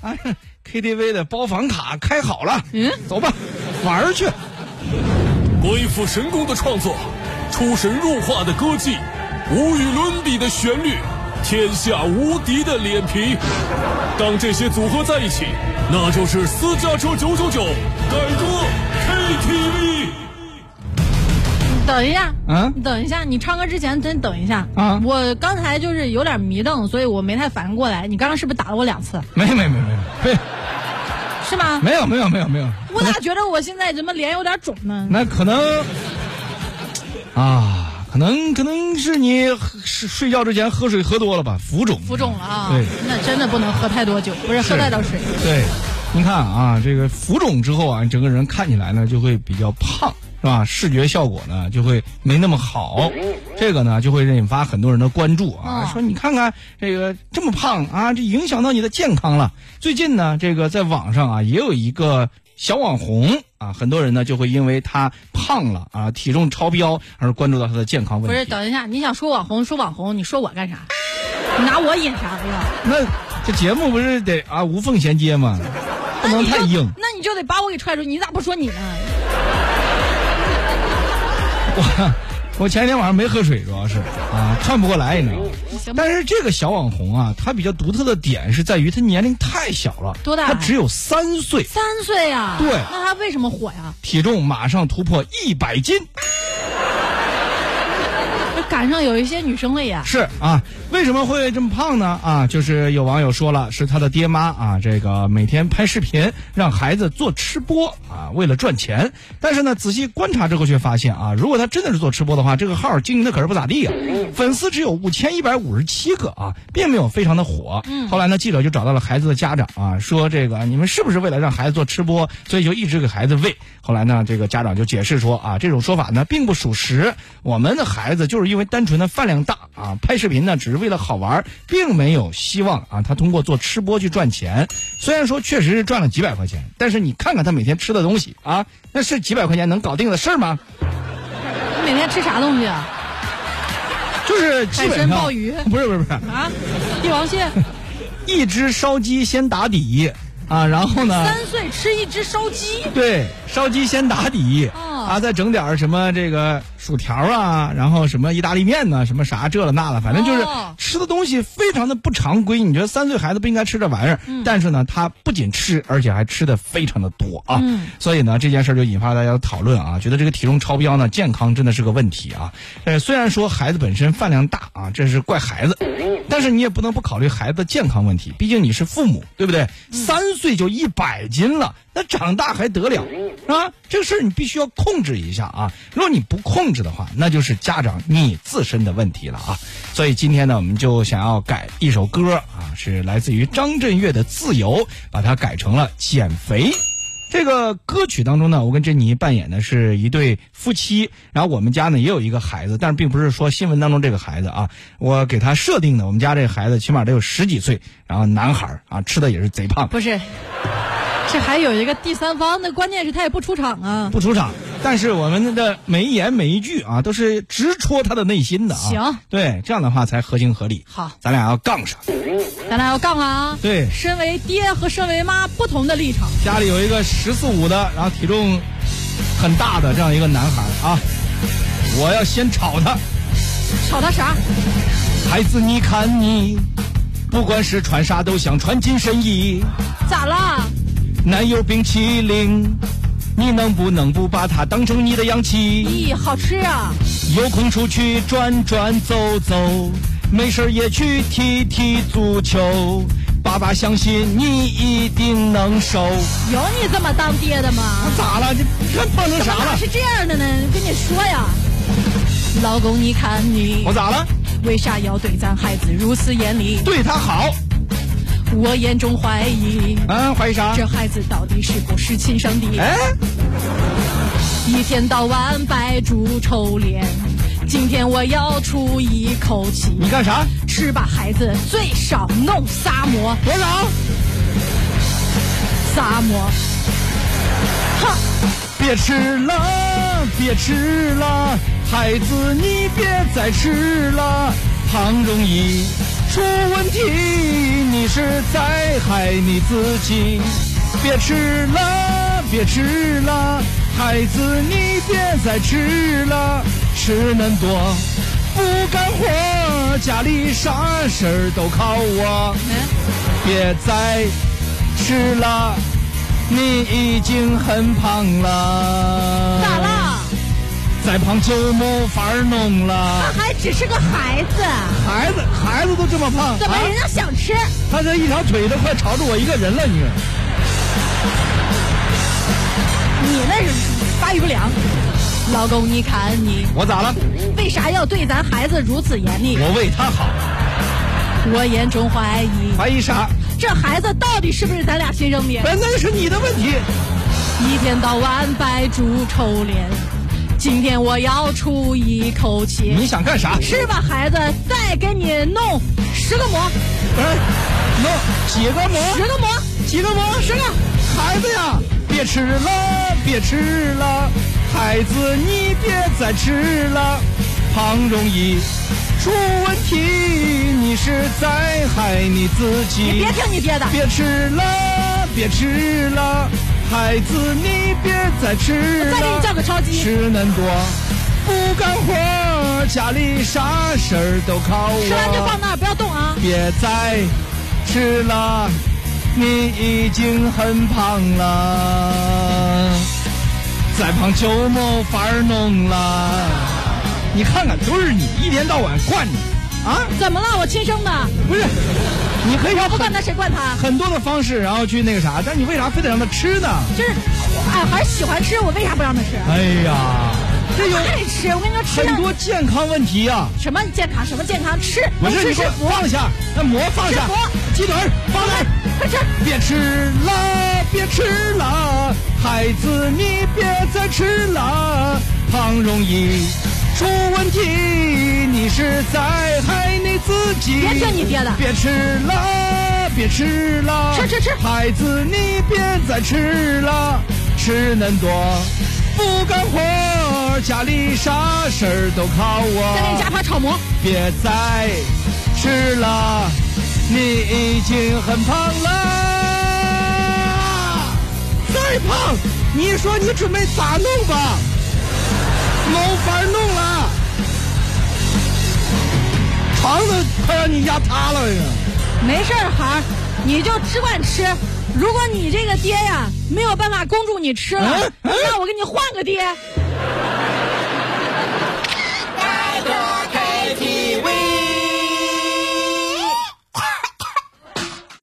哎，KTV 的包房卡开好了，嗯，走吧，玩儿去。鬼斧神工的创作，出神入化的歌技，无与伦比的旋律，天下无敌的脸皮。当这些组合在一起，那就是私家车九九九改歌 KTV。等一下，嗯你等一下，你唱歌之前真等一下啊我刚才就是有点迷瞪，所以我没太反应过来。你刚刚是不是打了我两次？没没没没没是吗？没有没有没有没有，我咋觉得我现在怎么脸有点肿呢？那可能啊，可能可能是你喝睡睡觉之前喝水喝多了吧，浮肿。浮肿了啊对！那真的不能喝太多酒，不是喝太多水。对，你看啊，这个浮肿之后啊，你整个人看起来呢就会比较胖，是吧？视觉效果呢就会没那么好，这个呢就会引发很多人的关注啊，哦说你看看这个这么胖啊，这影响到你的健康了。最近呢，这个在网上啊也有一个小网红啊，很多人呢就会因为他胖了啊，体重超标而关注到他的健康问不题。是，等一下，你想说网红说网红，你说我干啥？你拿我引啥子呀？那这节目不是得啊无缝衔接吗？不能太硬。那你就得把我给踹出去，你咋不说你呢？我前天晚上没喝水，主要是啊，看不过来，你知道吗行？吧但是这个小网红啊，他比较独特的点是在于他年龄太小了，多大他只有三岁，三岁啊？对那他为什么火呀？体重马上突破一百斤，就赶上有一些女生了呀。是啊。为什么会这么胖呢？啊，就是有网友说了，是他的爹妈啊，这个每天拍视频让孩子做吃播啊，为了赚钱。但是呢，仔细观察之后却发现啊，如果他真的是做吃播的话，这个号经营的可是不咋地呀、粉丝只有五千一百五十七个啊，并没有非常的火。后来呢，记者就找到了孩子的家长啊，说这个你们是不是为了让孩子做吃播，所以就一直给孩子喂？后来呢，这个家长就解释说啊，这种说法呢并不属实，我们的孩子就是因为单纯的饭量大啊，拍视频呢只是为了好玩，并没有希望啊他通过做吃播去赚钱。虽然说确实是赚了几百块钱，但是你看看他每天吃的东西啊，那是几百块钱能搞定的事儿吗？你每天吃啥东西啊？就是基海本参上鲍鱼不是不是不是。啊，帝王蟹，一只烧鸡先打底啊，然后呢，三岁吃一只烧鸡，对，烧鸡先打底、哦啊，再整点儿什么这个薯条啊，然后什么意大利面呐、什么啥这了那了，反正就是哦吃的东西非常的不常规。你觉得三岁孩子不应该吃这玩意儿？嗯但是呢，他不仅吃，而且还吃的非常的多啊。嗯所以呢，这件事儿就引发大家的讨论啊，觉得这个体重超标呢，健康真的是个问题啊。呃，虽然说孩子本身饭量大啊，这是怪孩子，但是你也不能不考虑孩子的健康问题，毕竟你是父母，对不对？三岁就一百斤了，那长大还得了啊？这个事儿你必须要控制一下啊。如果你不控制的话，那就是家长你自身的问题了啊。所以今天呢，我们就想要改一首歌啊，是来自于张震岳的《自由》，把它改成了《减肥》。这个歌曲当中呢，我跟珍妮扮演的是一对夫妻，然后我们家呢也有一个孩子，但是并不是说新闻当中这个孩子啊，我给他设定的，我们家这个孩子起码得有十几岁，然后男孩儿啊，吃的也是贼胖，不是，这还有一个第三方，那关键是他也不出场啊。不出场，但是我们的每一言每一句啊，都是直戳他的内心的啊。行，对，这样的话才合情合理。好咱俩要杠上。咱俩要杠杠啊！对身为爹和身为妈不同的立场，家里有一个十四五的，然后体重很大的这样一个男孩儿啊，我要先炒他。吵他啥？孩子，你看你，不管是穿啥都想穿紧身衣。咋啦？男友冰淇淋，你能不能不把它当成你的氧气？咦，好吃啊！有空出去转转走走，没事儿也去踢踢足球。爸爸相信你一定能瘦。有你这么当爹的吗？咋了？这看胖成怎啥么老了？是这样的呢？跟你说呀，老公，你看你我咋了？为啥要对咱孩子如此严厉？对他好我严重怀疑。啊？怀疑啥？这孩子到底是不是亲生的？哎，一天到晚摆出臭脸，今天我要出一口气，你干啥？吃吧孩子，最少弄仨馍，多少？仨馍。哼，别吃了，别吃了，孩子你别再吃了，胖容易，出问题，你是在害你自己。别吃了，别吃了，孩子你别再吃了，吃嫩多不干活，家里啥事儿都靠我。嗯别再吃了，你已经很胖了。咋？了？再胖就没法儿弄他了。还只是个孩子，孩子，孩子都这么胖，怎么啊人家想吃？他这一条腿都快朝着我一个人了，你。你那是发育不良，老公，你看你我咋了？为啥要对咱孩子如此严厉？我为他好，嗯我严重怀疑，怀疑啥？这孩子到底是不是咱俩亲生的？本来是你的问题。一天到晚摆出臭脸，今天我要出一口气。你想干啥？吃吧，孩子，再给你弄十个馍，哎，弄几个十馍？个馍，几个馍？十个。孩子呀，别吃了，别吃了，孩子你别再吃了，胖容易出问题，你是在害你自己。别听你爹的，别吃了，别吃了，孩子你别再吃了。再给你叫个超级。吃嫩多，不干活，家里啥事儿都靠我。吃完就放那儿，不要动啊！别再吃了，你已经很胖了，再胖就没法儿弄了。你看看，都是你一天到晚惯你啊，怎么了？我亲生的，不是？你可以我用不管他谁管他，很多的方式，然后去那个啥，但你为啥非得让他吃呢？就是，哎，还是喜欢吃，我为啥不让他吃？哎呀，这有爱吃，我跟你说，吃哎很上多健康问题呀、什么健康，什么健康，吃不能是吃你是给福我，放下，那馍放下吃馍，鸡腿儿放那儿。快吃！别吃了，别吃了，孩子你别再吃了，胖容易出问题，你是在害你自己。别听你爹的别吃了，别吃了，吃吃吃孩子你别再吃了，吃嫩多不干活，家里啥事儿都靠我。再给你加盘炒馍，别再吃了，你已经很胖了。再胖，你说你准备咋弄吧？没法弄了，肠子快让你压塌了呀！没事儿，孩儿，你就只管吃。如果你这个爹呀没有办法供住你吃啊了，嗯嗯那我给你换个爹。